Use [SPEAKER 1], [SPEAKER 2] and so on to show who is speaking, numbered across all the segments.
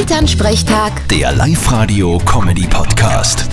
[SPEAKER 1] Elternsprechtag,
[SPEAKER 2] Der Live-Radio-Comedy-Podcast.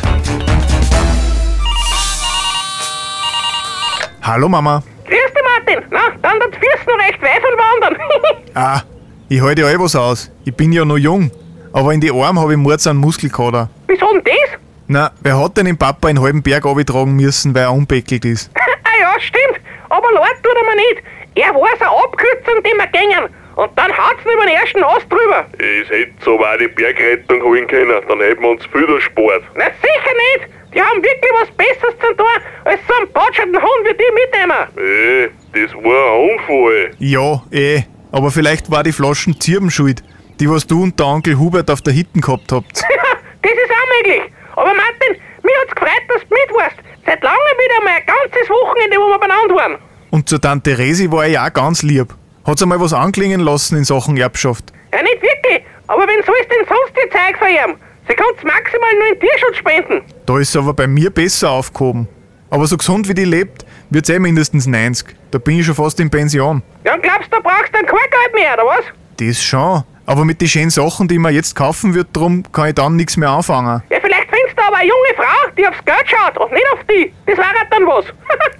[SPEAKER 3] Hallo Mama.
[SPEAKER 4] Grüß dich, Martin. Na, dann der Fürst noch recht weit und wandern.
[SPEAKER 3] Ah, ich halte ja eh was aus. Ich bin ja noch jung. Aber in die Arme habe ich Mords an Muskelkater.
[SPEAKER 4] Wieso denn das?
[SPEAKER 3] Na, wer hat denn den Papa einen halben Berg abtragen müssen, weil er umbeckelt ist?
[SPEAKER 4] ah ja, stimmt. Aber Leute tut er mir nicht. Er weiß eine Abkürzung, die wir gängen. Und dann haut's ihn über den ersten Ast drüber.
[SPEAKER 5] Es hätte so weit die Bergrettung holen können, dann hätten wir uns viel erspart.
[SPEAKER 4] Na, sicher nicht. Die haben wirklich was Besseres zu tun, als so einen batscherten Hund wie die mitnehmen.
[SPEAKER 5] Äh, das war ein Unfall.
[SPEAKER 3] Ja, eh. Aber vielleicht war die Flaschen Zirben schuld, die was du und der Onkel Hubert auf der Hitten gehabt habt.
[SPEAKER 4] das ist auch möglich. Aber Martin, mir hat's gefreut, dass du mit warst. Seit langem wieder mal ein ganzes Wochenende, wo wir beieinander waren.
[SPEAKER 3] Und zur Tante Resi war er ja auch ganz lieb. Hat's einmal was anklingen lassen in Sachen Erbschaft.
[SPEAKER 4] Ja, nicht wirklich. Aber wen soll's denn sonst ihr Zeug vererben? Sie kann's maximal nur in Tierschutz spenden.
[SPEAKER 3] Da ist aber bei mir besser aufgehoben. Aber so gesund wie die lebt, wird's eh mindestens 90. Da bin ich schon fast in Pension.
[SPEAKER 4] Dann glaubst du, da brauchst du dann kein Geld mehr, oder was?
[SPEAKER 3] Das schon. Aber mit den schönen Sachen, die man jetzt kaufen wird, drum kann ich dann nichts mehr anfangen.
[SPEAKER 4] Ja, vielleicht findest du aber eine junge Frau, die aufs Geld schaut und nicht auf die. Das wäre halt dann was.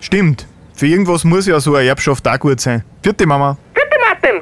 [SPEAKER 3] Stimmt. Für irgendwas muss ja so eine Erbschaft auch gut sein. Vierte Mama.
[SPEAKER 4] Bitte, Martin.